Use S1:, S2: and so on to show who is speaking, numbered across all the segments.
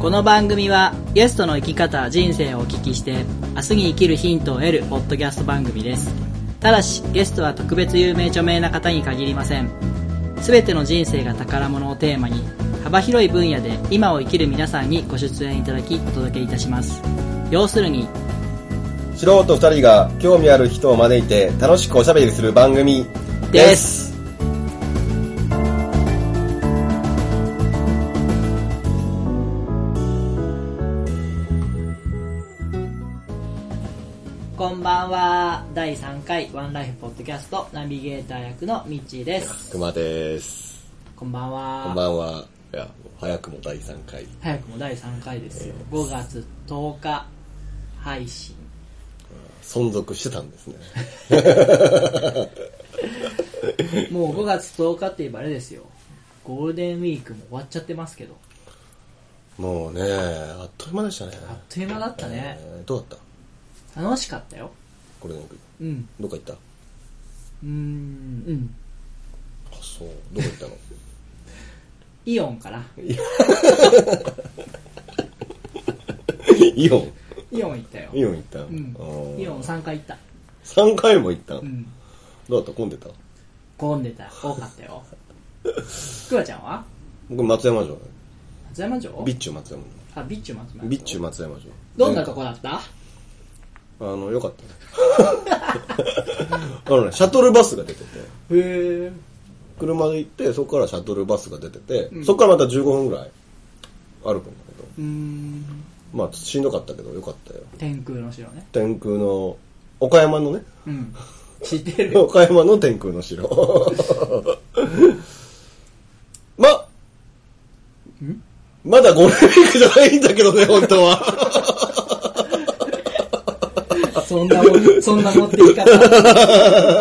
S1: この番組はゲストの生き方人生をお聞きして明日に生きるヒントを得るポッドキャスト番組ですただしゲストは特別有名著名な方に限りません全ての人生が宝物をテーマに幅広い分野で今を生きる皆さんにご出演いただきお届けいたします要するに
S2: 素人2人が興味ある人を招いて楽しくおしゃべりする番組
S1: ですこんばんは第3回ワンライフポッドキャストナビゲーター役のミッチーです
S2: 熊です
S1: こんばんは
S2: こんばんはいやもう早くも第3回
S1: 早くも第3回ですよ
S2: え
S1: 5月10日配信
S2: 存続してたんですね
S1: もう5月10日って言えばあれですよゴールデンウィークも終わっちゃってますけど
S2: もうねあっという間でしたね
S1: あっという間だったね
S2: えーどうだった
S1: 楽しかったよ
S2: ゴールデンウィーク
S1: うん
S2: どっか行ったあ
S1: うーんうん
S2: そうどこ行ったの
S1: イオンかな
S2: イオン
S1: イオン行ったよ
S2: イオン行ったの
S1: うん
S2: あー
S1: イオン3回行った
S2: 3回も行ったの
S1: うん
S2: どうだった混んでた
S1: 混んでた多かった よくわちゃんは
S2: 僕松山城
S1: 松山城
S2: ビッチュ松山
S1: あビッチュ松
S2: 城
S1: 山
S2: ビッチュ松山城
S1: どんなとこだった
S2: あのよかったね あのねシャトルバスが出てて
S1: へえ
S2: 車で行ってそこからシャトルバスが出てて、
S1: うん
S2: そこからまた15分ぐらい歩くんだけど
S1: うーん
S2: まあしんどかったけどよかったよ
S1: 天空の城ね
S2: 天空の岡山のね
S1: うん知ってる
S2: 岡山の天空の城 ままだゴールデンウィークじゃないんだけどね本当は
S1: そんなもん、そんな持っていき方。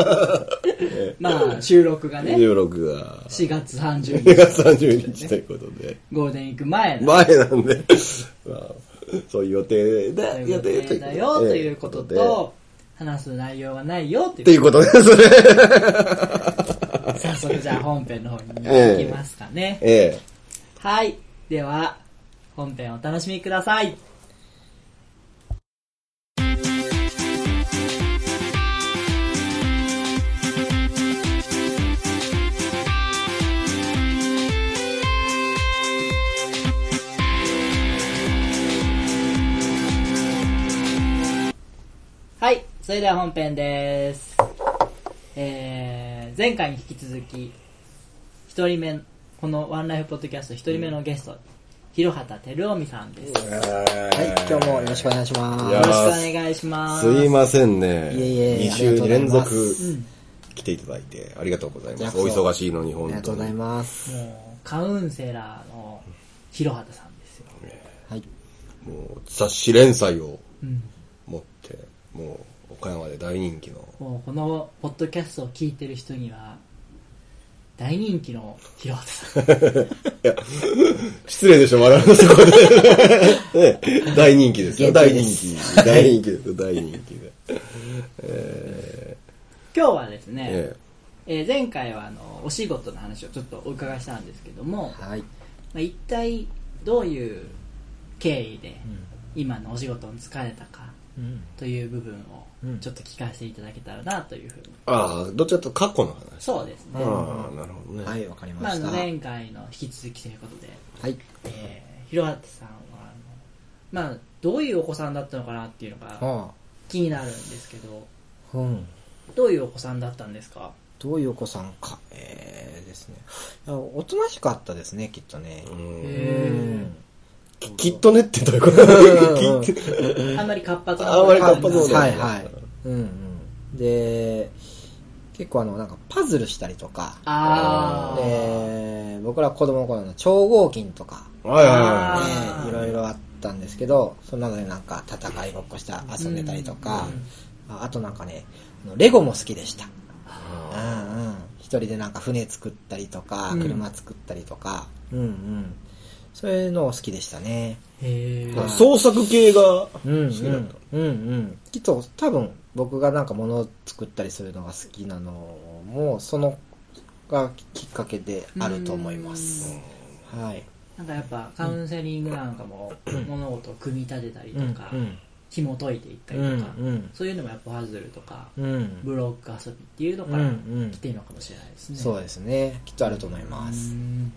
S1: まあ、収録がね、
S2: 16が
S1: 4月30日、
S2: 2月30日ということで
S1: ゴールデンウィーク前の
S2: 前なんで、まあ、そういう予定だ
S1: 予定だよということと、話す内容がないよと
S2: って
S1: い
S2: いううことです
S1: こ
S2: ね。
S1: と。早速じゃあ本編の方に行きますかね。
S2: ええ。
S1: はい。では、本編をお楽しみください。はい。それでは本編です。えー、前回に引き続き、一人目、このワンライフポッドキャスト一人目のゲスト、広畑照臣さんです。よ
S3: はい、今日もよろしくお願いし
S2: いや
S3: ま
S1: ろ
S3: す。
S1: しくお願いします。
S2: すいませんね。
S3: いえいえ
S2: 2週に連
S3: ありがとうご
S2: 続
S3: ざ
S1: うん
S2: 来ていただいてありがとうござい
S3: い
S2: ま
S3: や
S2: す。
S3: そ
S2: お
S3: う
S2: 忙しいのに
S3: あ
S2: 本
S3: りがと
S2: 当
S3: うござい
S2: に。
S3: ます。
S1: もう、カウンセラーの広畑さんですよ。
S3: はい、
S2: もう雑誌連載を
S1: うん。
S2: 持って、もう岡山で大人気の。
S1: もう、このポッドキャストを聞いてる人には、大人気の広畑 さん。
S2: 失礼でしょ、笑うのそこ で。ね大人気ですよ。
S3: 限
S2: 大
S3: 定で
S2: 人気。大人気ですよ、大人気 で。
S1: 今日はですね、え
S2: え
S1: ー前回はあのお仕事の話をちょっとお伺いしたんですけども、
S3: はい、
S1: まあ、一体どういう経緯で今のお仕事に就かれたかという部分
S3: う
S1: を
S3: ん
S1: ちょっと聞かせていただけたらなというふうに、
S2: ああ、どっちかというと過去の話。
S1: そうですね、
S2: ああ、なるほどね。
S3: はい、わかり
S1: ま
S3: ま
S1: あ、あ
S3: した。
S1: の
S3: はい、
S1: 前回の引き続きということで、えー、広畑さんはあのまあどういうお子さんだったのかなっていうのが
S3: は
S1: 気になるんですけど
S3: あ、うん、
S1: どういうお子さんだったんですか
S3: どういうお子さんか、えー、ですね。いやおとなしかったですね、きっとね。
S2: うん
S1: へ
S2: ききっとねってどういうこと
S3: うん
S2: きっと
S1: ーあんまり活発
S2: あんまり活
S3: は
S2: 発そう
S3: い
S2: だ
S3: は
S2: ね
S3: いはい、うんうん。で、結構あの、なんかパズルしたりとか、
S1: あー
S3: で、僕ら子供の頃の超合金とか、
S2: はいはい
S1: あ
S2: は
S1: ー
S2: い。
S3: ね、いろいろあったんですけど、その中でなんか戦いごっこして遊んでたりとか、ああとなんかね、あのレゴも好きでした。うんうん。一人でなんか船作ったりとか
S1: うん、
S3: 車作ったりとか、うんうん。そういうのを好きでしたね。
S1: へー
S3: はい
S2: 創作系が
S3: うんう
S2: 好きだっ
S3: ん。うんうん。きっと多分僕がなんか物を作ったりするのが好きなのも、そのがきっかけであると思います。はい。
S1: なんかやっぱカウンセリングなんかも物事を組み立てたりとか、
S3: うん
S1: 紐解いていったりとか、
S3: うん
S1: そういうのもやっぱパズルとか、
S3: うんうん
S1: ブロック遊びっていうのか
S3: う
S1: ら
S3: ん
S1: 来てるのかもしれないですね。
S3: そうですねきっとあると思います
S1: うん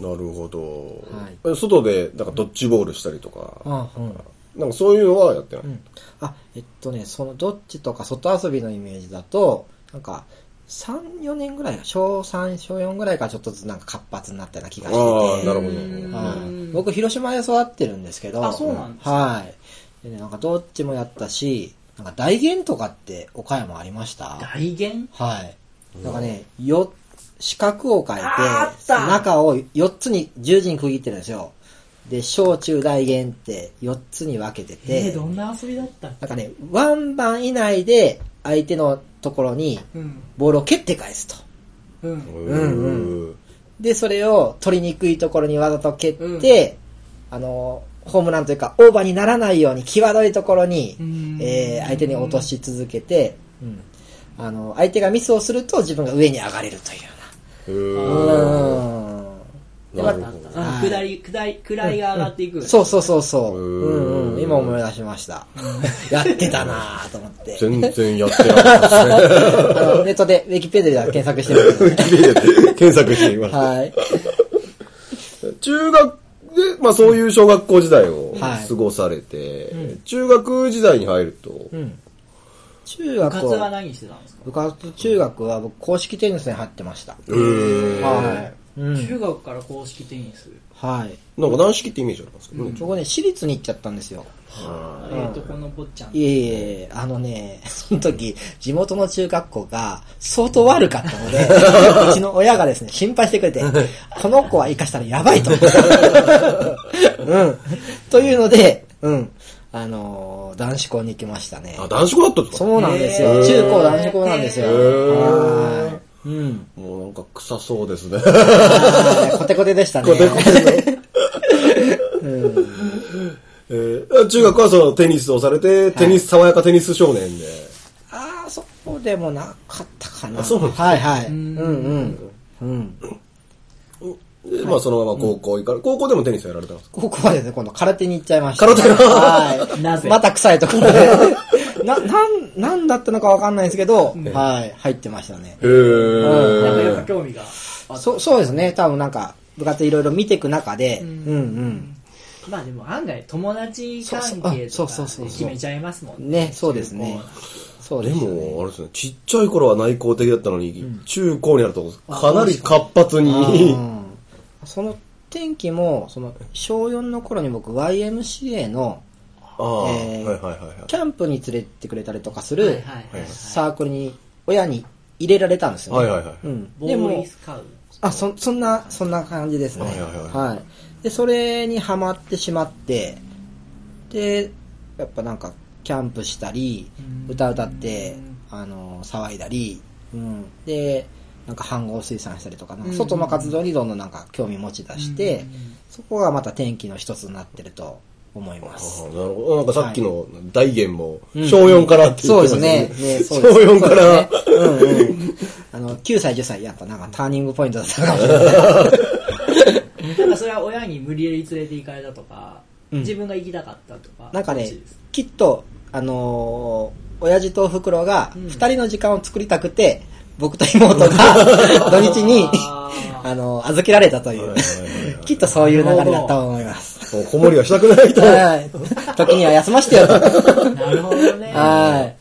S2: なるほど。
S3: は
S2: 外で、なんかドッジボールしたりとか、
S3: あうん
S2: なんかそういうのはやってない。
S3: うんあえっとねそのどっちとか外遊びのイメージだとなんか34年ぐらい小3小4ぐらいからちょっとずつなんか活発になったような気がしてて
S2: ああ、なるほど。
S1: うん
S3: はい、僕広島で育ってるんですけど
S1: あそうなんですか
S3: はいでねなんかどっちもやったしなんか大言とかって岡山ありました
S1: 大言
S3: はいなんかねよ四角を変えて
S1: あーあった
S3: 中を4つに十字に区切ってるんですよで小中大言って4つに分けてて、
S1: えー、どんな遊びだったっけ
S3: なんかね、ワンバン以内で相手のところに
S1: うん。
S3: ボールを蹴って返すと。
S1: うん。
S2: うん
S3: で、それを取りにくいところにわざと蹴って、あの、ホームランというかオーバーにならないように際どいところに、
S1: うん
S3: えー相手に落とし続けて、あの、相手がミスをすると自分が上に上がれるというよ
S2: へ
S3: う
S2: ー
S3: な。うん。
S2: なる
S1: あ
S2: ほ
S1: っ
S2: ど
S1: たあ下り、下り、位が上がっていく。
S3: そうそうそうそう。
S2: う
S3: うん
S2: ん
S3: うん。今思い出しました。やってたなぁと 思って。
S2: 全然やってなかったですね。
S3: あのネットで、ウィキペディアで検索してるんですね。
S2: 綺麗で検索してみました。
S3: はい。
S2: 中学で、まあそういう小学校時代を
S3: はい
S2: 過ごされて、中学時代に入ると、
S3: 中
S1: 部
S3: 学
S1: 活は
S3: は、
S1: 何してたんですか、
S3: 部活中学は僕公式テニスに入ってました。
S2: えー
S3: はい。う
S1: 中
S3: ん。
S1: 学から公式テニス。
S3: はい。
S2: なんか軟式ってイメージありますけどね。
S3: そこね、私立に行っちゃったんですよ。
S1: えー、と、この坊ちゃん。
S3: いえいえ、あのね、 その時、地元の中学校が相当悪かったの で、うちの親がですね、心配してくれて、この子は生かしたらや ばいと。うん。というので、うん。あのー男子校に行きましたね。
S2: あ、男子校だったんですか
S3: そうなんです
S1: へ
S3: よ。
S1: ー
S3: 中高男子校なんですよ。
S1: へ
S2: ー
S3: はい。うん。
S2: もうなんか臭そうですね。
S3: あーコテコテでしたね。
S2: コテコえー中学はそのテニスをされて、テニス、爽やかテニス少年で。
S3: ああ、そこでもなかったかな。
S2: あそうなんですか
S3: はいはい。う
S1: うん
S3: んうん。うん。
S2: でまあそのまま高校行かれ、高校でもテニスやられたんですか
S3: ここはですね、今度空手に行っちゃいました。
S2: 空手の
S3: はい。
S1: なぜ
S3: また臭いところで。 な、なん、なんだったのかわかんないですけど、はい、入ってましたね。
S2: へ
S3: うん
S1: なんか
S2: ー
S1: やっぱ興味があっ
S3: そう、そうですね。多分なんか、部活いろいろ見ていく中で、うんうん。
S1: まあでも案外友達関係
S3: そ
S1: と
S3: うそ
S1: か
S3: うそうそうそうそう
S1: で決めちゃいますもんね。
S3: ね、そうですね。そう
S2: で
S3: ですよね。
S2: も、あれですね、ちっちゃい頃は内向的だったのに、中高になると、かなり活発に。
S3: うんその天気も、その、小4の頃に僕 YMCA の、
S2: ああ、はい
S3: えー
S2: はいはいはい。
S3: キャンプに連れてってくれたりとかす
S1: はい
S3: る
S1: はいはいはい
S3: サークルに親に入れられたんですよ、ね。
S2: はいはいはい
S3: うん。
S1: ボ
S3: で
S1: ー
S3: も
S1: イ、スカウ
S3: あ、そ、そんな、そんな感じですね。
S2: はいはいはい
S3: いで、それにハマってしまって、で、やっぱなんか、キャンプしたり、
S1: うん
S3: 歌歌って、あの、騒いだり、うん。で、なんか飯合水産したりとか、なんか外の活動にどんどんなんか興味持ち出して、そこがまた転機の一つになってると思いま
S2: あ
S3: す
S2: あ。なるほど。なんかさっきの大言も、
S3: うん
S2: 小4からって言
S3: そ
S2: っ
S3: う
S2: て
S3: で
S2: ますした
S3: ね。
S2: ね。
S3: ね
S2: 小
S3: そうです
S2: 4から、
S3: そうですねうんうん。あの、9歳、10歳、やっぱなんかターニングポイントだったかもしれない。
S1: ル。なんかそれは親に無理やり連れて行かれたとか、
S3: うん
S1: 自分が行きたかったとか。
S3: なんか
S1: どっ
S3: ね
S1: ちです、
S3: きっと、あのー親父とお袋が、
S1: うん
S3: 二人の時間を作りたくて、僕と妹 が、土日に、
S1: あー
S3: あのー預けられたという
S2: はいはいはいは、い
S3: きっとそういう流れだったと思います。
S2: もう子守りはしたくないと。
S3: はい。時には休まし てよ。
S1: なるほどね。
S3: はい。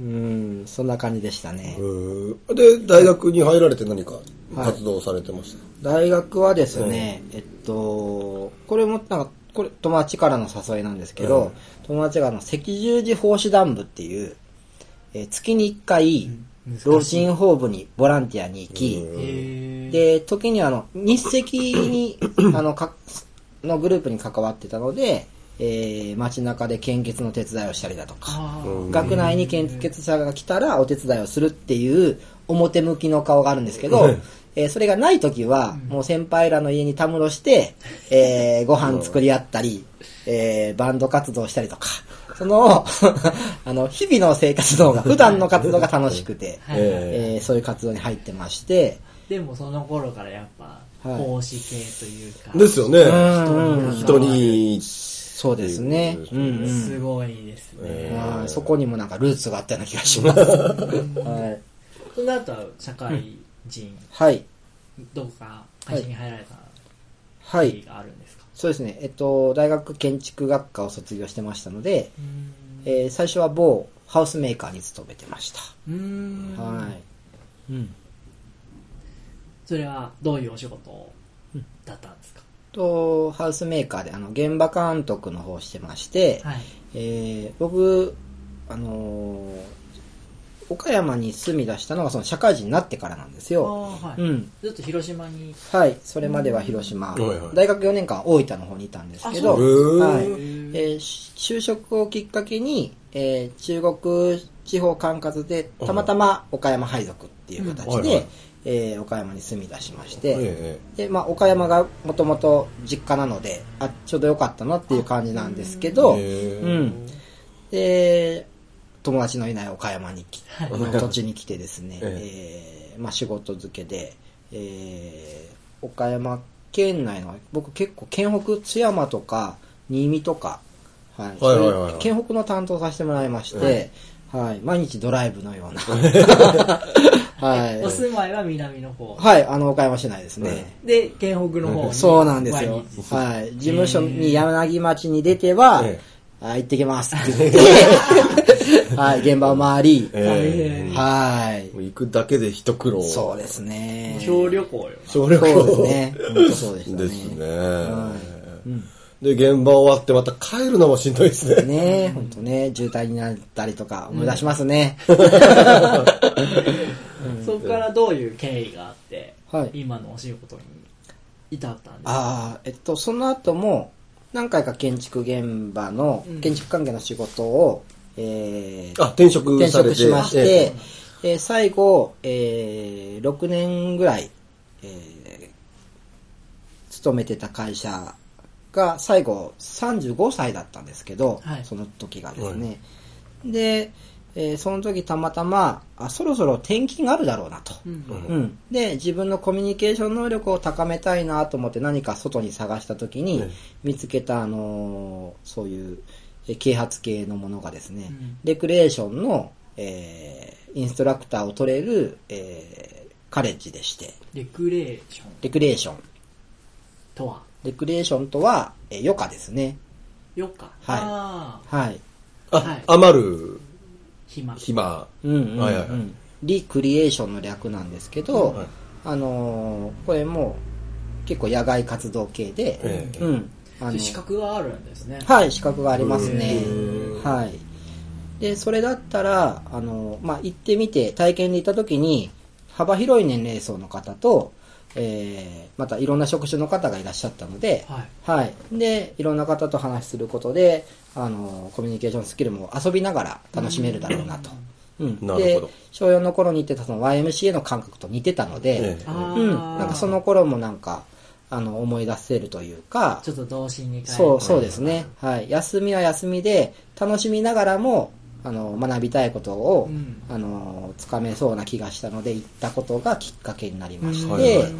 S3: うん、そんな感じでしたね。
S2: うんで、大学に入られて何か活動されてまし
S3: 大学はですね、えっと、これもなんか、これ友達からの誘いなんですけど、
S2: うん
S3: 友達があの赤十字奉仕団部っていう、えー月に1回
S1: 難し、い
S3: 老人ホームにボランティアに行き、
S2: うん
S1: へー
S3: で、時にあの、日赤に、あの、か、のグループに関わってたので、えー街中で献血の手伝いをしたりだとか、
S1: あ
S2: う
S1: ー
S2: ん
S3: 学内に献血者が来たらお手伝いをするっていう表向きの顔があるんですけど、えーそれがない時は、もう先輩らの家にたむろして、えーご飯作り合ったり、えーバンド活動したりとか、その、 あの、日々の生活の方が、普段の活動が楽しくて、
S1: はいはい
S2: え
S3: えーそういう活動に入ってまして、
S1: でもその頃からやっぱ、
S3: はい
S1: 奉仕系というか。
S2: ですよね。
S3: うんうん
S2: 人に、
S3: そうですね。
S2: ってい
S3: うん
S2: う
S3: うん
S1: すごいですね。
S3: はいそこにもなんかルーツがあったような気がします。はい。
S1: その後は社会人、
S3: はい。
S1: どこか会社に入られた
S3: は
S1: 経緯
S3: い。
S1: があるんですか、
S3: そうですね。えっと、大学建築学科を卒業してましたので、
S1: うーん
S3: えー最初は某ハウスメーカーに勤めてました。
S1: うーん
S3: はい。うん。
S1: それはどういうお仕事だったんですか、
S3: と、ハウスメーカーで、あの、現場監督の方をしてまして、
S1: はい。
S3: えー僕、あのー岡山に住み出したのがその社会人になってからなんです
S1: あ
S3: よ。
S1: あ、はい。
S3: うん。
S1: ずっと広島に。
S3: はい。それまでは広島。
S2: うんはいはい
S3: 大学4年間大分の方にいたんですけど、
S1: あそう
S2: なん
S3: は
S2: です
S3: い
S2: ね。
S1: え
S3: えーし就職をきっかけに、えー中国地方管轄で、たまたま岡山配属っていう
S2: う
S3: 形
S2: んはいは
S3: で
S2: い、
S3: えー岡山に住み出しまし
S2: え
S3: て、
S2: え
S3: で、まあ、岡山がもともと実家なので、あ、ちょうどよかったなっていう感じなんですけど、
S2: え
S3: う
S2: え、
S3: ん。で、友達のいない岡山に来土地に来てですね
S2: え
S3: えーまあ、仕事漬けで、えー岡山県内の、僕結構県北、津山とか、新見とか、はい。
S2: はいはいはいはい
S3: そうう県北の担当させてもらいまして、はい。毎日ドライブ のような。はい
S1: お。住まいは南の方。
S3: はい、あの、岡山市内ですね。
S1: で、県北の方に。
S3: そうなんですよ
S1: 毎。日
S3: はい。事務所に柳町に出ては、
S2: え
S3: あ行って きます って言って、はい、現場を回り、
S2: ええ
S3: はい
S2: も。う行くだけで一苦労。
S3: そうですね。
S1: 小旅行よ。
S2: 省力
S3: そうですね。本当そうでしたね。
S2: ですね。
S3: うん
S2: で、現場終わってまた帰るのもしんどいですね。
S3: ねえ、ほんとね、渋滞になったりとか思い出しますね。
S1: そこからどういう経緯があって、
S3: はい
S1: 今のお仕事に至ったんですか
S3: ああ、えっと、その後も、何回か建築現場の
S1: うん、
S3: 建築関係の仕事を、えー
S2: あ、転職
S3: 転
S2: されて。
S3: 職しまして、
S2: ええ
S3: えー最後、えー6年ぐらい、えー勤めてた会社が最後35歳だったんですけど、
S1: はい
S3: その時がですね、で、えーその時たまたまあそろそろ転勤があるだろうなと、
S1: うん
S2: うん
S3: うん、で自分のコミュニケーション能力を高めたいなと思って何か外に探した時に、
S2: うん
S3: 見つけた、あのーそういうえー啓発系のものがですね、
S1: うん
S3: レクレーションの、えーインストラクターを取れる、えーカレッジでして
S1: レクレーション
S3: レクレーション
S1: とは
S3: レクレーションとは、えー余暇ですね
S1: よっか。
S3: はい
S1: ああ、
S3: はい、
S1: は
S2: あ
S1: い、
S2: 余る
S1: 暇。
S2: 暇。
S3: うんうんうん
S2: はいはいはい
S3: リクリエーションの略なんですけど、
S2: はい
S3: あのーこれも結構野外活動系で、
S2: ええ
S3: うんあの
S1: 資格があるんですね。
S3: はい、資格がありますね
S2: へ。ー
S3: はい。で、それだったら、あの、まあ、行ってみて、体験で行った時に、幅広い年齢層の方と、えー、またいろんな職種の方がいらっしゃったので、
S1: はい。
S3: はい。で、いろんな方と話しすることで、あの、コミュニケーションスキルも遊びながら楽しめるだろうなと。うん。
S2: なるほ
S3: で
S2: ど、
S3: 小4の頃に行ってたその YMCA の感覚と似てたので
S2: え、え
S1: ああ、
S3: うん。なんかその頃もなんか、あの、思い出せるというか、
S1: ちょっと童心に帰る
S3: そう、そうですね。はい。休みは休みで、楽しみながらも、あの、学びたいことを、
S1: うん
S3: あの、つかめそうな気がしたので、行ったことがきっかけになりまして、
S1: うん
S2: はいはいはい。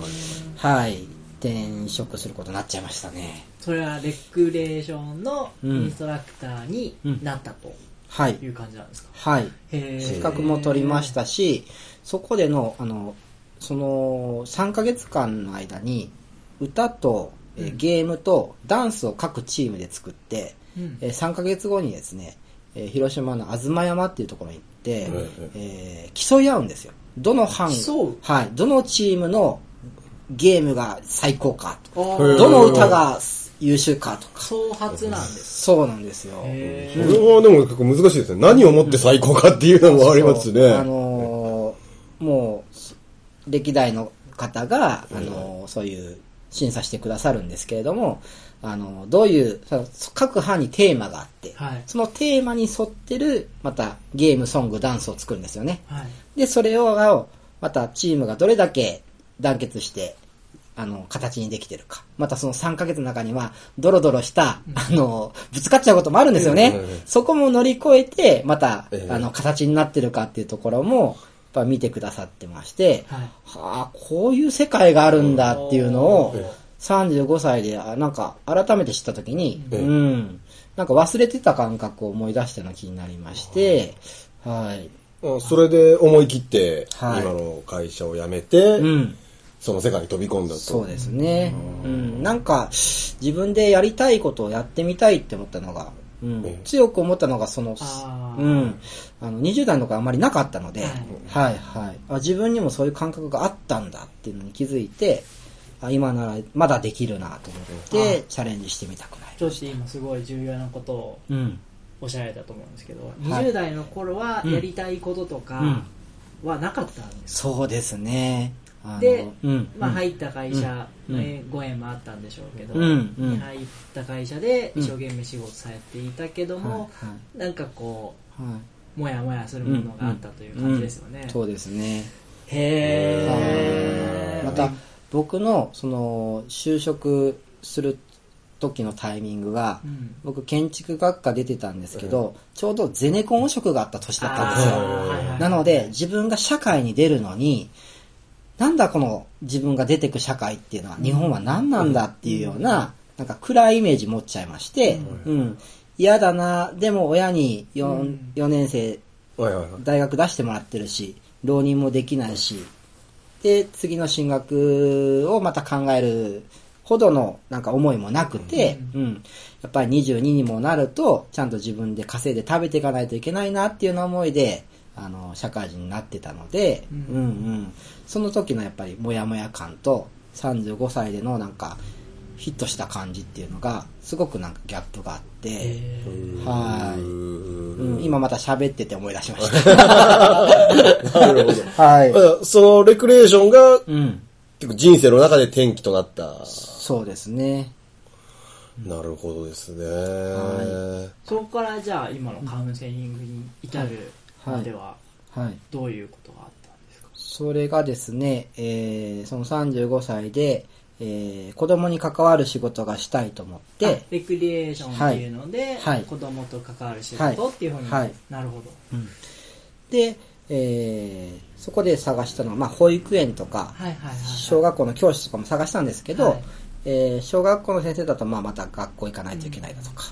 S3: はい。転職することになっちゃいましたね。
S1: それはレクレーションのインストラクターになったと
S3: はい
S1: い。う感じなんですか、
S3: はい。
S1: へえ
S3: 資格も取りましたし、そこでの、あの、その、3ヶ月間の間に、歌と、え
S1: うん
S3: ゲームとダンスを各チームで作って、
S1: うん
S3: えー3ヶ月後にですね、えー広島の東山っていうところに行って、
S2: はいはい
S3: えー競い合うんですよ。どの班
S1: 競う
S3: はい、どのチームのゲームが最高かと
S1: あ
S2: へ
S1: ー
S2: ー
S3: どの歌が優秀かとか。
S1: 創発なんです
S3: そうなんですよ。
S1: へ
S2: そ
S1: ー
S2: れはでも結構難しいですね。何をもって最高かっていうのもありますね。
S3: そうあのーもう、歴代の方が、あのーそういう審査してくださるんですけれども、あのーどういう、その各班にテーマがあって、
S1: はい
S3: そのテーマに沿ってる、またゲーム、ソング、ダンスを作るんですよね。
S1: はい
S3: で、それを、またチームがどれだけ団結して、あの、形にできてるか。またその3ヶ月の中には、ドロドロした、あの、ぶつかっちゃうこともあるんですよね
S2: うん。
S3: そこも乗り越えて、また
S2: え、え
S3: あの、形になってるかっていうところも、ぱ見てくださってまして、
S1: はい
S3: はあ、こういう世界があるんだっていうの
S1: うん
S3: を、35歳で、あなんか、改めて知ったときに、
S2: う
S3: うんん、なんか忘れてた感覚を思い出したような気になりまして、はい。
S2: あそれで思い切って、
S3: はい
S2: 今の会社を辞めて、
S3: うん。
S2: その世界に飛び込んだと。
S3: そうですね。うん。なんか、自分でやりたいことをやってみたいって思ったのが、う
S2: うん
S3: ん、強く思ったのが、その、
S1: あー
S3: うん。あの、20代の頃あんまりなかったので、
S1: は
S3: はいい、はい、あ自分にもそういう感覚があったんだっていうのに気づいて、あ今ならまだできるなと思って、チャレンジしてみたくな
S1: 上司で今すごい重要なことを
S3: る。うん。
S1: おっしゃられたと思うんですけど、
S3: はい
S1: 20代の頃はやりたいこととかはなかったんです、
S3: そうですね。あの
S1: で
S3: うん。
S1: まあ、
S3: うん
S1: 入った会社
S3: うん
S1: のご縁もあったんでしょうけど、
S3: うんうん
S1: 入った会社で一生懸命仕事されていたけども、
S3: はいは
S1: なんかこ
S3: は
S1: うもやもやするものがあったという感じですよね、
S3: い。そうですね。
S1: へえ
S3: また僕のその就職する時のタイミングが、
S1: うん
S3: 僕建築学科出てたんですけど、ちょうどゼネコン汚職があった年だったんです
S1: あ
S3: よ。
S1: ーはいはい
S3: なので自分が社会に出るのに、なんだこの自分が出てく社会っていうのは日本は何なんだっていうような、なんか暗いイメージ持っちゃいまして、うん。嫌だな、でも親に 4, 4年生
S2: はいはいはい。
S3: 大学出してもらってるし、浪人もできないし、で、次の進学をまた考えるほどのなんか思いもなくて、うん、やっぱり22にもなると、ちゃんと自分で稼いで食べていかないといけないなっていうような思いで、あの、社会人になってたので、
S1: う
S3: うんん、うんその時のやっぱりモヤモヤ感と、35歳でのなんか、ヒットした感じっていうのが、すごくなんかギャップがあって、
S1: へー
S3: はいう
S2: ーん
S3: うん、今また喋ってて思い出しました。
S2: なるほど。
S3: は
S2: だか。 らそのレクレーションが
S3: うん。
S2: 結構人生の中で転機となった。
S3: そうですね。
S2: なるほどですね。
S3: は
S1: そこからじゃあ今のカウンセリングに至るまでは
S3: はい。
S1: どういうことがあったんですか、
S3: それがですね、えーその35歳で、えー子供に関わる仕事がしたいと思っ
S1: で
S3: て、
S1: レクリエーションっていうので、
S3: はい
S1: 子供と関わる仕事っていうふうに、
S3: はい
S1: なるほど、
S3: で、えーそこで探したのは、まあ、保育園とか、
S1: はいはいはいはい
S3: 小学校の教師とかも探したんですけど、
S1: はい
S3: えー小学校の先生だとまあまた学校行かないといけないだとか、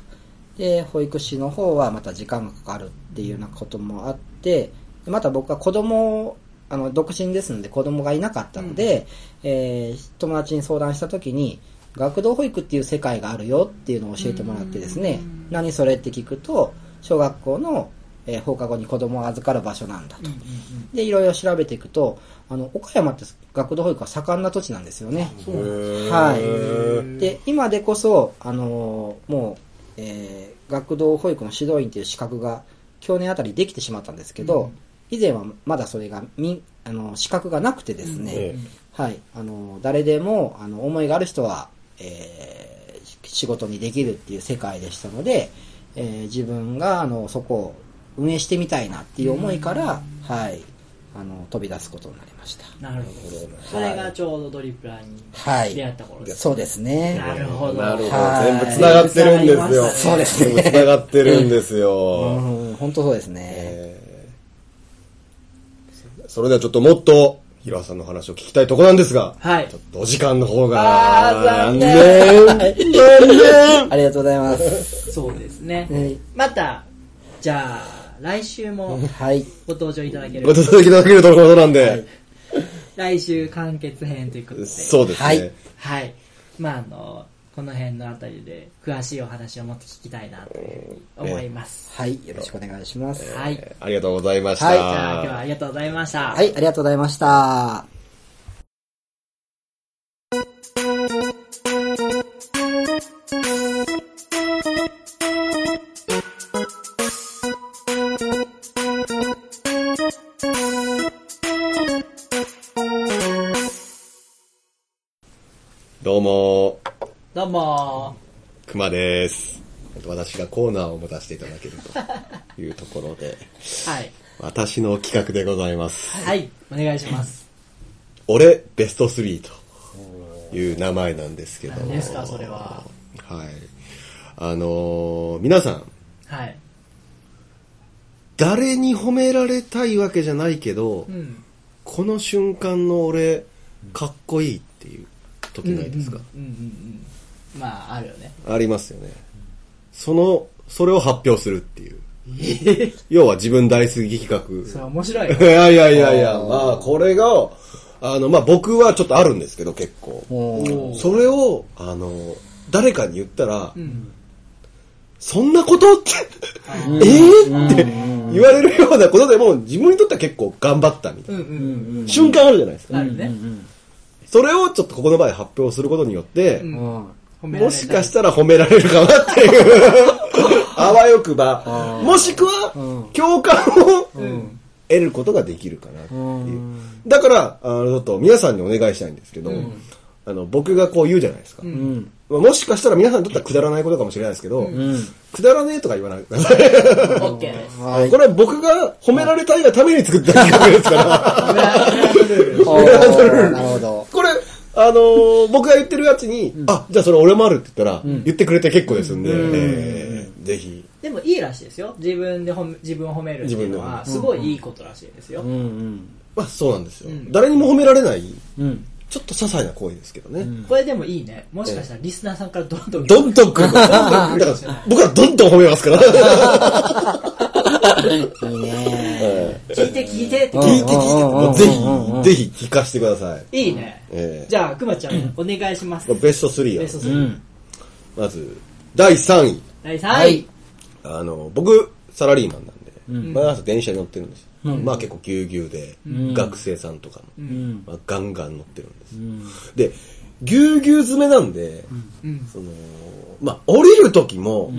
S3: で保育士の方はまた時間がかかるっていうようなこともあってでまた僕は子供をあの独身ですので子供がいなかったので、えー友達に相談した時に学童保育っていう世界があるよっていうのを教えてもらってですね
S1: うん
S3: 何それって聞くと小学校の、えー放課後に子供を預かる場所なんだと
S1: うんうんうん
S3: で、いろいろ調べていくと、あの、岡山って学童保育が盛んな土地なんですよね。
S1: そうなんです
S3: は
S1: へー
S3: い。で、今でこそ、あのーもう、えー学童保育の指導員という資格が、去年あたりできてしまったんですけど、
S1: うん
S3: 以前はまだそれが、み、あの、資格がなくてですね、
S2: え
S3: はい。あの、誰でも、あの、思いがある人は、えーし仕事にできるっていう世界でしたので、えー自分が、あの、そこを運営してみたいなっていう思いから、はい。あの、飛び出すことになりました。
S1: なるほどそれがちょうどドリプラーに
S3: はい
S1: 出会った頃です、
S3: そうですね。
S1: なるほど
S2: なるほど。
S3: はい
S2: 全部繋がってるんですよ。
S3: そうですね
S2: 全部繋がってるんです
S3: う
S2: よ。
S3: ん、本当そうですね。
S2: えーそれではちょっともっと、平尾さんの話を聞きたいとこなんですが、
S1: はい
S2: ちょっとお時間の方が、
S1: あー残
S2: 念残念
S3: ありがとうございます。
S1: そうですね、
S3: はい
S1: またじゃあ来週も
S3: はい。
S1: ご登場いただける
S2: ご登場いただけるとのことなんで、
S1: 来週完結編ということで
S2: そうです
S3: は
S2: ね
S3: い。
S1: はいまああのこの辺のあたりで詳しいお話をもっと聞きたいなというふうに思います、
S3: はい。よろしくお願いします。は
S1: はい
S2: ありがとうございました。
S3: はいじ
S1: じゃあ今日はありがとうございました、
S3: い。ありがとうございました。
S2: どうも、
S1: どうも
S2: 熊です。私がコーナーを持たせていただけるというところで、
S1: はい
S2: 私の企画でございます。
S1: はいお願いします
S2: 俺ベスト3という名前なんですけど。
S1: 何ですかそれは。
S2: はい。あのー皆さん、
S1: はい
S2: 誰に褒められたいわけじゃないけど、
S1: うん。
S2: この瞬間の俺、かっこいいっていう時ないですか、
S1: うんうんうん。まあ、あるよね。
S2: ありますよね。その、それを発表するっていう。要は自分大好き企
S1: それ面白いよ
S2: 画。い。やいやいやいや、
S3: あー
S2: まあこれが、あの、まあ僕はちょっとあるんですけど結構。
S3: おー
S1: おー
S2: それを、あの、誰かに言ったら、
S1: うん。
S2: そんなことって、
S1: う
S2: えーって言われるようなことでも自分にとっては結構頑張ったみたい
S1: うんうんうん。
S2: な。瞬間あるじゃないですか。
S1: あるね。
S2: それをちょっとここの場で発表することによって
S1: う、ん
S3: うん。。
S1: 褒められたい
S2: もしかしたら褒められるかなっていう、あわよくば、もしくは、共感を
S1: ん
S2: 得ることができるかなっていううんだから、あの、ちょっと皆さんにお願いしたいんですけど
S1: ん、
S2: あの、僕がこう言うじゃないですか。
S3: うん。
S2: まあもしかしたら皆さんにとってはくだらないことかもしれないですけど、くだらねえとか言わないでください。
S1: オッケーです。
S3: は い。
S2: これは僕が褒められたいがために作った企画ですから。
S1: ブラブラブルール
S3: おーなるほど。
S2: これ、あのー僕が言ってるやつに、あ、じゃあそれ俺もあるって言ったら、言ってくれて結構ですんで、えーぜひ。
S1: でもいいらしいですよ。自分で褒め、自分を褒めるっていうのは、すごいいいことらしいですよ。
S3: うんうん。
S2: まあそうなんですよ。
S1: ん
S2: 誰にも褒められない、
S3: うん。
S2: ちょっと些細な行為ですけどね。
S1: これでもいいね。もしかしたらリスナーさんからどんどん。
S2: どんどん来る。だから僕はどんどん褒めますから。
S3: いいね
S2: えー
S1: 聞いて聞いてって
S2: 聞いて聞いて、もうぜ
S3: うんうんうん
S2: ひ、ぜひ聞かせてください。
S1: いいね。
S2: えー
S1: じゃあ、くまちゃん、お願いします。
S2: ベスト3
S1: ベス
S2: を。
S1: ト
S3: う
S1: 3。
S3: ん。
S2: まず、第3位。
S1: 第
S3: は
S1: 3
S3: い
S1: 位。
S2: あの、僕、サラリーマンなんで、毎朝電車に乗ってるんですよ。まあ結構ぎゅうぎゅうで、学生さんとかも、
S3: うん。
S2: まあ、ガンガン乗ってるんです。
S3: うん。
S2: で、ぎゅうぎゅう詰めなんで、
S1: うん。
S2: その、まあ降りる時も、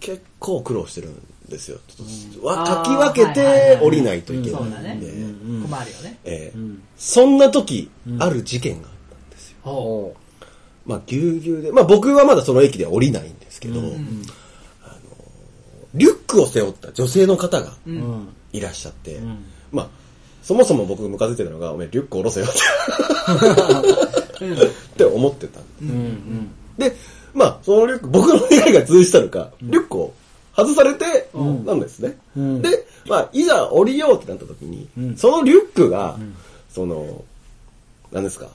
S2: 結構苦労してるんですよ。ちょっとわかき分け
S1: あーはいはいは
S2: て
S1: い
S2: 降りないといけ
S1: そうだ
S2: ない
S1: ね
S2: んで、。
S1: 困るよね。
S2: ええそんな時、ある事件があったんですよ。
S1: ほ
S3: おー
S2: まあ、ぎゅうぎゅうで、まあ、僕はまだその駅で降りないんですけど、あの、リュックを背負った女性の方が
S1: う。うん。
S2: いらっしゃって、
S3: ん
S2: まあ、そもそも僕ムカついてるのが、おめえリュック下ろせよって って思ってたん
S3: うんうん。
S2: で。で、まあ、そのリュック、僕の願いが通じたのか、リュックを外されて、なんですね。
S3: ん
S2: で、まあ、いざ降りようってなった時に、そのリュックが、その、なんですか、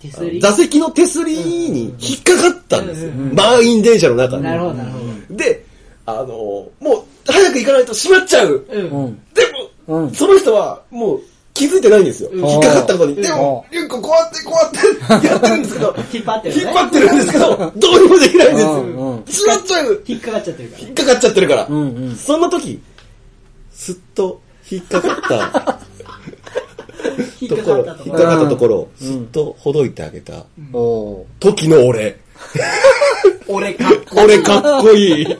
S1: 手
S2: あの
S1: すり。
S2: 座席の手すりに引っかかったんですよ。
S1: うんう
S2: 満員電車の中で。
S1: なるほど、なるほど。
S2: で、あのーもう、早く行かないと閉まっちゃう。
S1: うん。
S3: うん。
S2: でも、
S3: うん
S2: その人は、もう、気づいてないんですよ。
S1: うん
S2: 引っかかったことに。でも
S3: う、
S2: リュックこうやって、こうやって、やってるんです
S1: 、
S2: けど
S1: 引っ張ってるね
S2: 引っ張ってるんですけど、どうにもできないん
S3: うんうん
S2: ですよ。閉まっちゃう。
S1: 引っかかっちゃってるから
S2: 引。っかかっちゃってるから。
S3: んうん
S2: そんな時、すっと引っかかった
S1: 引
S2: と
S1: っ
S2: こ
S1: かか
S2: ろ、
S1: ったとこ
S2: 引っ
S1: ろ
S2: か。かったところを、すっとほどいてあげた
S3: おー
S2: 時の俺。
S1: 俺か。
S2: 俺かっこい い。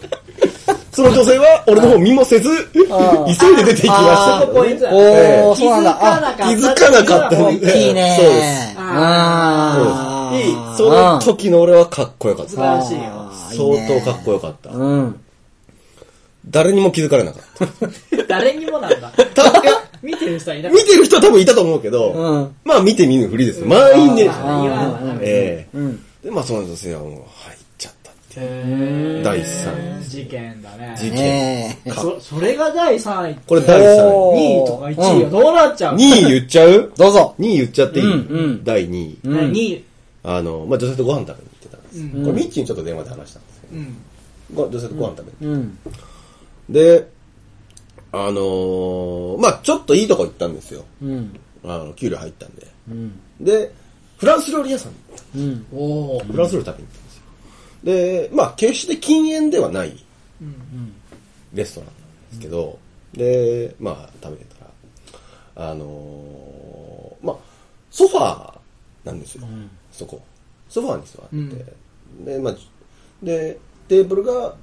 S2: その女性は俺の方見もせず、急いで出て行きました
S1: そ
S2: け
S1: こ
S2: ど
S1: ポイ
S2: ね、
S1: ントだ。
S2: ええ
S3: おー
S1: 気
S3: そうなん
S1: づ
S3: だ。
S1: かなか
S3: あ
S1: った。
S2: 気づかなかった
S1: そう
S2: ね
S1: い
S3: いいね
S2: そうです
S3: あ
S2: そうですいい
S3: ー
S2: その時の俺はかっこよかっ
S1: 素晴
S2: た。
S1: らしいよ。
S3: あーいい
S2: 相
S3: ね
S2: 当かっこよかった。
S3: うん。
S2: 誰にも気づかれなかった。
S1: 誰にもなんだ。
S2: たいや
S1: 見てる人はいなかっ
S2: 見てる人は多分いたと思うけ
S3: う
S2: ど
S3: ん、
S2: まあ見て見ぬふりですよ。満員電
S1: た。
S2: 車
S1: 言わんわな。
S2: ええ
S3: うん。
S2: で、まあその女性はもう入っちゃったっていう。
S1: へー
S2: 第3位
S1: 事件だね。
S2: 事
S3: ねえ。
S1: そ、それが第3位。
S2: これ第3
S3: お
S2: 位。
S1: 2位とか1位はどうなっちゃう
S2: 2
S1: の
S2: 位言っちゃう
S3: どうぞ。
S2: ?2 位言っちゃってい
S3: うんう
S2: い
S3: ん
S2: 第2位。
S1: うん2位。
S2: あの、まあ、女性とご飯食べに行ってたんですよ、
S1: う
S2: これミッチーにちょっと電話で話したんですけど、
S1: うん。
S2: ご女性とご飯食べに、
S3: うん。
S2: で、あのーまあ、ちょっといいとこ行ったんですよ。
S3: うん。
S2: あの、給料入ったんで。
S3: うん。
S2: で、フランス料理屋さんに行った
S3: うん。
S1: おー。
S2: フランス料理食べに行ったんですよ。で、まあ、決して禁煙ではない
S1: うん
S2: レストランなんですけど、で、まあ、食べてたら、あのーまあ、ソファーなんですよ、そこ。ソファーに座って、で、まあ、で、テーブルが、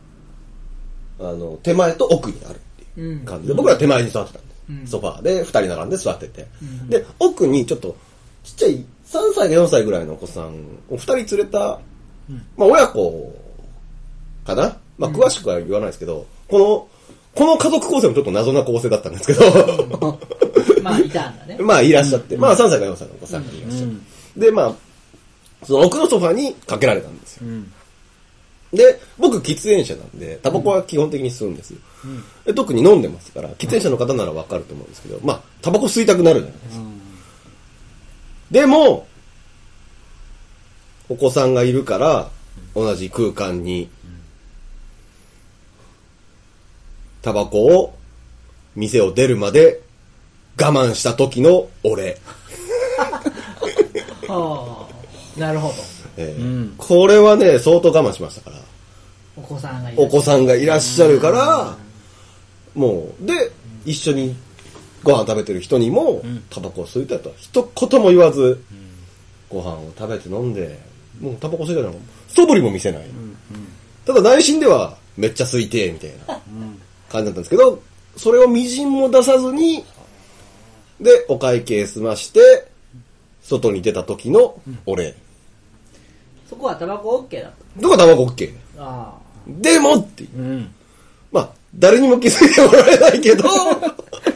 S2: あの、手前と奥にあるっていう感じで、僕らは手前に座ってたんです。
S1: うん
S2: ソファーで、二人並んで座ってて、で、奥にちょっと、ちっちゃい、3歳か4歳ぐらいのお子さんを二人連れた、まあ、親子かなまあ、詳しくは言わないですけど、この、この家族構成もちょっと謎な構成だったんですけど、
S1: まあ、いたんだね。
S2: まあ、いらっしゃって、まあ、3歳か4歳のお子さんがいらっしゃって、で、まあ、その奥のソファにかけられたんですよ。で、僕喫煙者なんで、タバコは基本的に吸うんですよ。で特に飲んでますから、喫煙者の方ならわかると思うんですけど、まあ、タバコ吸いたくなるじゃないですか。でも、お子さんがいるから、同じ空間に、タバコを、店を出るまで、我慢した時の俺。
S1: はあ、なるほど。
S2: えーこれはね、相当我慢しましたから。
S1: お子さんがいる。
S2: お子さんがいらっしゃるから、もう、で、一緒にご飯食べてる人にも、タバコを吸いたいとは一言も言わず、ご飯を食べて飲んで、もうタバコ吸いたいの、そぶりも見せない。ただ内心では、めっちゃ吸いてえ、みたいな感じだったんですけど、それを微塵も出さずに、で、お会計済まして、外に出た時の俺。
S1: そこはタバコ OK だと。
S2: どこタバコ OK。
S1: あ
S2: でもっていう。
S3: うん。
S2: まあ、誰にも気づいてもらえないけど、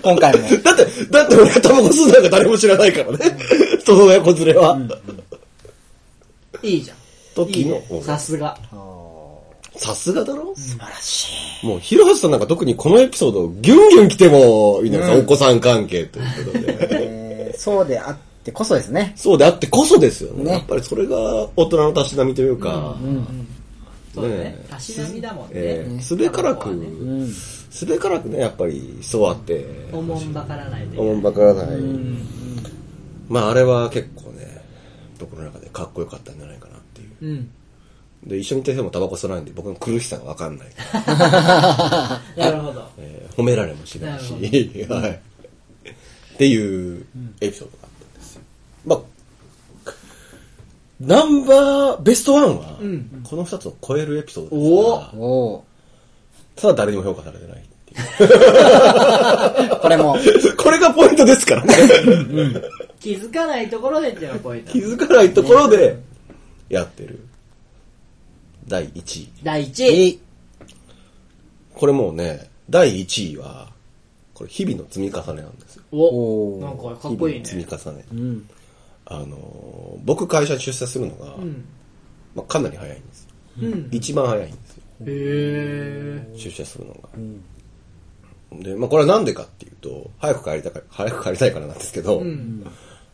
S3: 今回も。
S2: だって、だって俺はタバコ吸うなんか誰も知らないからね。 その親子連れは。
S1: あ、いいじゃん。い
S2: 時
S1: い
S2: の
S1: ね。さすが。
S2: さすがだろ
S3: 素晴らし
S2: もう、広橋さんなんか特にこのエピソード、ギュンギュン来てもいいんじゃないですか、お子さん関係ということ
S3: い。
S2: で。
S3: えーそうであってこそですね。
S2: そうであってこそですよね。
S3: ね
S2: やっぱりそれが大人のたしなみというか、
S1: そうだね
S2: ね。え
S1: たしなみだもん
S2: えー
S1: ね。
S2: すべから
S1: タバコはね
S2: く、すべからくね、やっぱり、そうあって、
S1: おもんばからないで。
S2: おもんばからない。まあ、あれは結構ね、僕の中でかっこよかったんじゃないかなっていう。
S1: うん。
S2: で、一緒にいた人もタバコ吸わないんで、僕の苦しさがわかん ない。
S1: なるほど。
S2: えー褒められもしないし、
S1: な
S2: はい。っていうエピソードがあったんですよ。まあ、ナンバー、ベストワンは、この二つを超えるエピソードですから、
S3: おお。
S2: ただ誰にも評価されてない ってい
S3: これも。
S2: う。これがポイントです からね。
S1: 気づかないところでっていうのがポイント
S2: 気。づかないところで、やってる。第1位。
S1: 第1位。
S2: これもうね、第1位は、これ日々の積み重ねなんですよ。
S1: お
S3: おー
S1: なんかかっこいい
S2: 日
S1: ね。
S2: 々の積み重ね。あのー僕会社に出社するのが、
S1: うん。
S2: まあ、かなり早いんですよ
S1: うん。
S2: 一番早いんですよ
S1: へえ。
S2: 出社するのが、で、まあ、これはなんでかっていうと早く帰りたいから早く帰りたいからなんですけど、
S1: うん。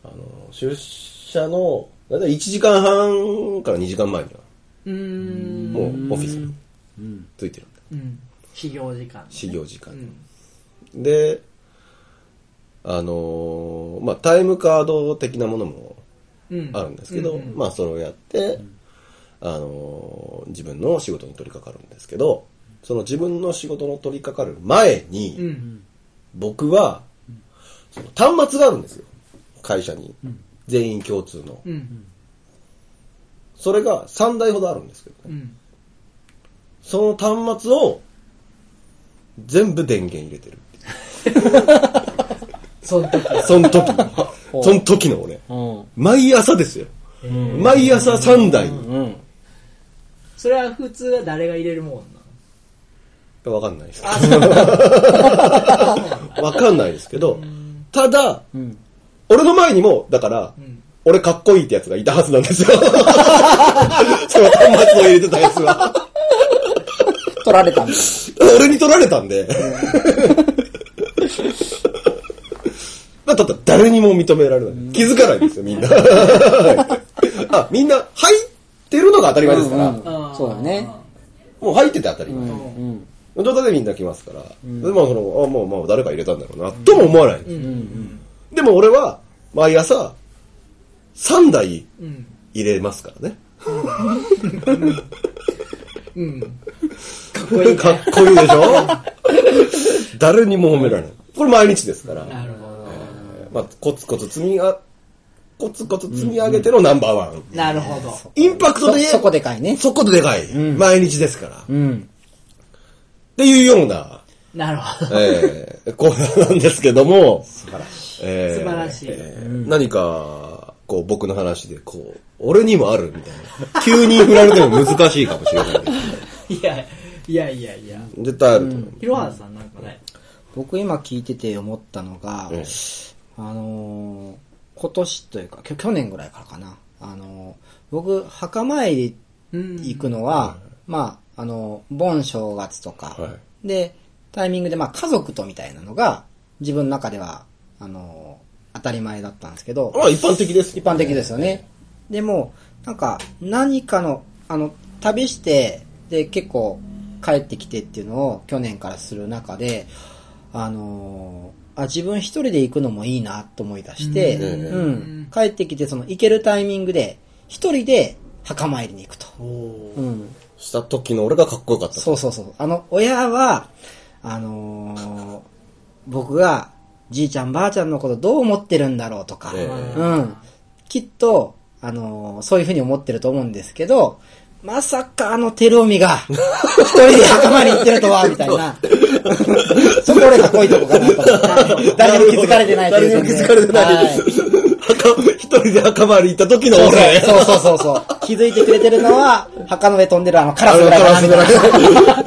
S2: あのー出社のだいたい1時間半から2時間前には
S1: うーん。
S2: もうオフィスについてる
S1: うん。始業時間。
S2: 始業時間に、であのーまあタイムカード的なものも
S1: うん。
S2: あるんですけど、
S1: うんうん
S2: まあそれをやって、あのー自分の仕事に取り掛かるんですけどその自分の仕事の取り掛かる前に、
S1: うん。
S2: 僕はその端末があるんですよ会社に、全員共通の、
S1: うん。
S2: それが3台ほどあるんですけ
S1: う
S2: どね、
S1: ん。
S2: その端末を全部電源入れてる
S1: その時。
S2: その時 のその時の俺
S3: うん。
S2: 毎朝ですよ、毎朝3台に、
S3: うん。
S1: それは普通は誰が入れるもんなの
S2: わかんないです。わかんないですけど、ただ、
S3: ん
S2: 俺の前にも、だから、
S1: ん
S2: 俺かっこいいってやつがいたはずなん ですよ。その端末を入れてたやつは。
S3: 取られたんだ。
S2: 俺に取られたんで。まあただ誰にも認められない。気づかないんですよ、みんな。あ、みんな入ってるのが当たり前ですから、
S1: あー
S3: そうだね。
S2: もう入ってて当たり前。
S3: うん。
S2: 状態でみんな来ますから、でまあそのあもうまあ誰か入れたんだろうな、とも思わないんですよ、でも俺は毎朝3台
S1: うん。
S2: 入れますからね、
S1: うん。かっこいいね。
S2: かっこいいでしょ誰にも褒められないこれ毎日ですから、
S1: なるほど。
S2: まあ、コツコツ積みあコツコツ積み上げてのナンバーワン、
S1: なるほど。
S2: インパクト
S3: そ、
S2: で
S3: そこでかいね。
S2: そこででかい、毎日ですから、っ
S3: うん。
S2: ていうような
S1: なるほど。
S2: えー、コーナーなんですけども、素晴らしい。えー、
S1: 素晴らしい
S2: えー何か、こう僕の話で、こう、俺にもあるみたいな。急に振られても難しいかもしれないですけ
S1: いや、いやいやいや。
S2: ど。絶対あると思う。
S1: ひろはさんなんかね。
S3: 僕今聞いてて思ったのが、
S2: ええ
S3: あのー今年というか、きょ去年ぐらいからかな。あのー僕、墓参り
S1: うん。
S3: 行くのは、まあ、あの、盆正月とか、
S2: は
S3: で、タイミングで、まあ、家族とみたいなのが、自分の中では、あの、当たり前だったんですけど、
S2: あ、一般的です。
S3: 一般的ですよね。でも、なんか、何かの、あの、旅して、で、結構、帰ってきてっていうのを去年からする中で、あのーあ、自分一人で行くのもいいなと思い出して、
S2: う
S3: うんん、帰ってきて、その、行けるタイミングで、一人で墓参りに行くと。うん。
S2: した時の俺がかっこよかった。
S3: そうそうそう。あの、親は、あのー僕が、じいちゃんばあちゃんのことどう思ってるんだろうとか、
S2: ええ
S3: うん。きっと、あのーそういうふうに思ってると思うんですけど、まさかあのテルオミ が、一人で墓参り行ってるとは、みたいな。そこ俺が濃いとこかなと 思って。誰にも気づかれてないという
S2: 誰にも気づかれてない
S3: はい
S2: 墓一人で墓参り行った時の
S3: そう
S2: 俺。
S3: そうそうそうそう。気づいてくれてるのは、墓の上飛んでるあのカラ
S2: あ
S3: ス
S2: の
S3: ぐ
S2: カ
S3: らいか
S2: ラ
S3: な
S2: ス
S3: み
S2: ぐ
S3: たい
S2: ら
S3: な。
S2: い。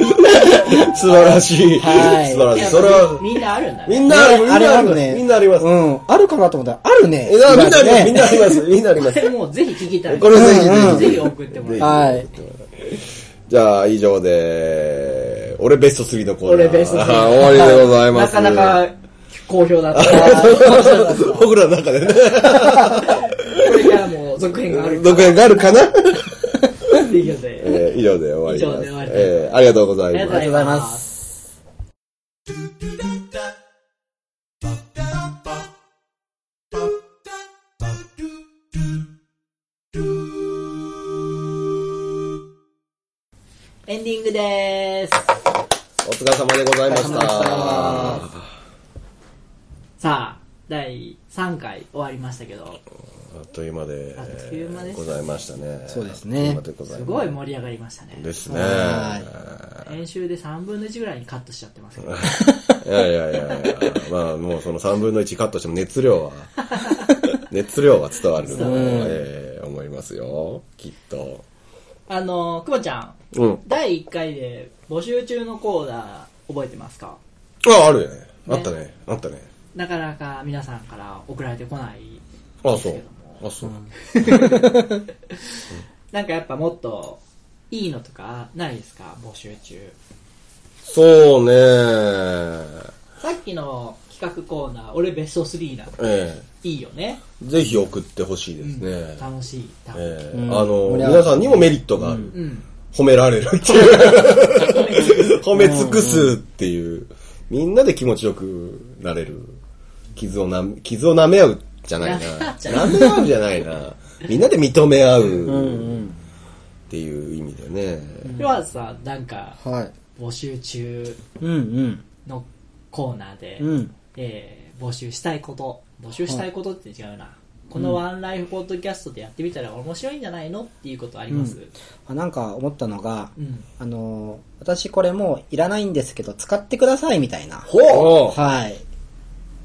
S2: 素晴らしい。
S3: はい
S2: 素晴らしい。それ
S1: は
S2: は、
S1: みんなあるんだね
S2: みんなある、みんな
S3: あれ
S2: あ
S3: あ
S2: りま
S3: る
S2: す。
S3: ね。
S2: みんなあります。
S3: うん。あるかなと思ったら、あるね。
S2: えなみんなあります。み
S3: ね
S2: んなあります。みんなありま
S1: こ
S2: す。
S1: れもうぜひ聞きたい
S2: これぜひ
S3: うんうん
S1: ぜひ送ってもらいたい
S3: はい。
S2: じゃあ、以上で、俺ベスト3のコーナー。
S1: 俺ベスト3
S2: あ 終わりでございま
S1: な
S2: す。
S1: かなか好評だった
S2: 僕らの中 でね、
S1: これからも続編がある
S2: 独演があるかな
S1: ということで
S2: えー以上で終わ
S1: 以上で
S2: り
S1: 終
S2: ま
S1: わり。です
S2: すえーありがとうござ
S1: あり
S2: い
S1: が
S2: ま
S1: とう
S2: す。
S1: ございますエンディングでーす。
S2: お疲れ様でございまし
S3: お疲れ様でした
S2: た。
S1: さあ、第3回終わりましたけど、
S2: あっという間で
S1: あっという間です
S2: ございましたね。
S3: そうですね
S2: あっという間でござい
S1: す
S2: ま
S1: ごい盛り上がりましたね。
S2: ですね。
S3: は
S1: 編集で3分の1ぐらいにカットしちゃってますけ ど。
S2: いやいやいやいや、まあもうその3分の1カットしても熱量は、 熱量は伝わるので、えー思いますよ、きっと。
S1: あの、くまちゃん、
S2: うん。
S1: 第1回で募集中のコーナー覚えてますか
S2: あ、あるよね。あったね。あったね。
S1: なかなか皆さんから送られてこない。
S2: あ、そう。あ、そう。
S1: なんかやっぱもっといいのとかないですか募集中。
S2: そうね
S1: さっきの企画コーナー、俺ベスト3なの。
S2: え
S1: いいよね。
S2: えぜひ送ってほしいですね。
S1: 楽しい。楽しい
S2: ええ
S3: うん
S2: あの、
S3: 盛り上がる
S2: 皆さんにもメリットがある。
S1: うん。
S2: 褒められるって いう。褒め尽くすっていう。みんなで気持ちよくなれる。傷をな、傷を舐め合うじゃないな
S1: 舐 め合う。じゃない
S2: 舐め合うじゃないな。みんなで認め合
S3: う
S2: う。っ
S3: ん。
S2: ていう意味でね。
S1: ではさ、なんか
S3: はい。
S1: 募集中
S3: うん
S1: のコーナーで、
S3: うん。うん。
S1: えー募集したいこと。募集したいことって違うな。このワンライフポッドキャストでやってみたら面白いんじゃないのっていうことあります、
S3: あなんか思ったのが、
S1: うん
S3: あのー、私これもういらないんですけど、使ってくださいみたいな。
S2: ほう
S3: はい。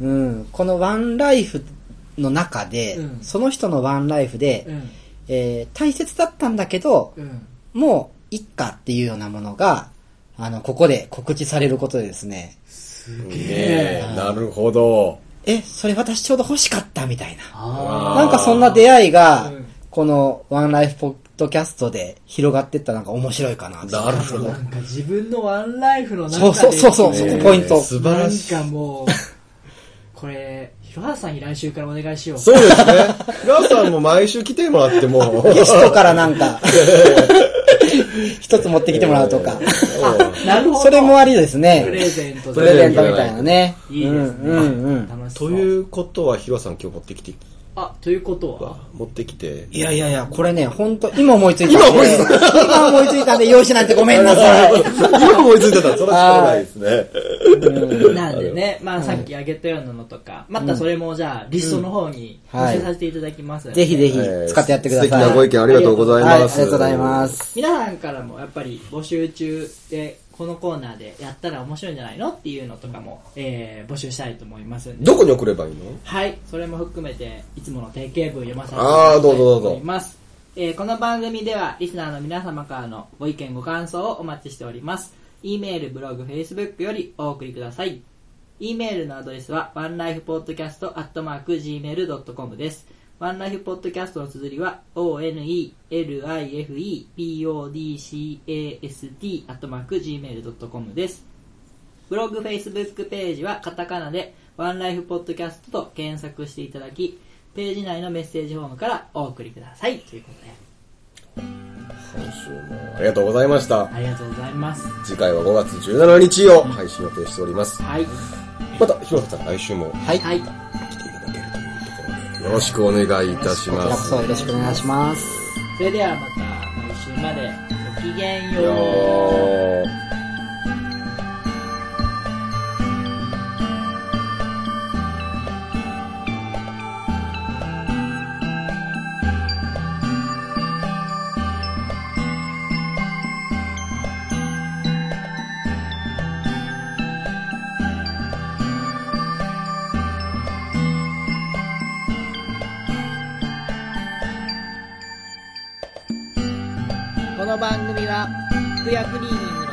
S3: うん。このワンライフの中で、
S1: うん
S3: その人のワンライフで、
S1: うん。
S3: えー大切だったんだけど、
S1: うん。
S3: もう、いっかっていうようなものが、あの、ここで告知されることでですね、
S2: ねえ、なるほど。
S3: え、それ私ちょうど欲しかったみたいな。
S1: あ
S3: なんかそんな出会いが
S1: うん、
S3: このワンライフポッドキャストで広がってったなんか面白いかなって。
S2: なるほ
S1: あ。
S2: ど
S1: なんか自分のワンライフの中
S3: そ
S1: で。
S3: うそうそうそう、そ
S2: ね
S3: こポイント。
S2: 素晴
S1: な
S2: ら
S1: ん
S2: しい。
S1: かもう、これ、広原さんに来週からお願いしよう。
S2: そうですね。 ラさんも毎週来てもらっても。
S3: ゲストからなんか、一つ持ってきてもらうとか。
S1: なるほど。
S3: それもありです
S1: プレ
S3: ね。
S1: ゼント
S3: プ
S2: プレ
S3: レ
S2: ゼ
S3: ゼ
S2: ン
S3: ン
S2: ト
S3: ト
S2: み
S3: み
S2: た
S3: た
S2: い
S3: い
S2: な
S3: なね。
S1: いいですね。
S3: うんうんうん。
S1: 楽しそ
S2: と
S1: う。
S2: いうことは、ヒロさん今日持ってきて、
S1: あ、ということは、
S2: 持ってき て。
S3: いやいやいや、これね、ほんと、今思いついたんで。今思いついたんで、用紙なんてごめんな さい。
S2: 今思いついてたら、それはしょうがないですね。
S1: なんでね、まあさっき挙げたようなのとか、またそれもじゃあ、リストの方に
S3: うんは
S1: 載
S3: い
S1: せさせていただきますので。
S3: ぜひぜひ
S2: えー
S3: 使ってやってください。
S2: 素敵なご意見ありがとうござい
S3: はい、あり
S2: ま
S3: が
S2: す。
S3: とうございます。
S1: 皆さんからもやっぱり募集中で、このコーナーでやったら面白いんじゃないのっていうのとかも、えー募集したいと思いますんで。
S2: どこに送ればいいの
S1: はい、それも含めて、いつもの定型文読ませていた
S2: あ
S1: だきた
S2: ーどう
S1: い
S2: ぞど
S1: と
S2: うぞ
S1: 思います。えーこの番組では、リスナーの皆様からのご意見、ご感想をお待ちしております。e メール、ブログ、Facebook よりお送りください。e メールのアドレスは、onelifepodcast.gmail.com です。ワンライフポッドキャストの綴りは、onelifepodcast アットマーク gmail.com です。ブログ、Facebook ページはカタカナで、ワンライフポッドキャストと検索していただき、ページ内のメッセージフォームからお送りください。ということで、
S2: 今週もありがとうございました。
S1: ありがとうございます。
S2: 次回は5月17日を配信予定しております。
S1: はい。
S2: また、広田さん来週も
S3: はい。
S1: はい。
S2: 来ていただけるというところで、よろしくお願いいたし
S3: こちら
S2: ま
S3: こ
S2: す。
S3: そよろしくお願いします。
S1: それではまた来週まで、ごきげんよう。
S2: よー。
S1: この番組は服薬クリーニングの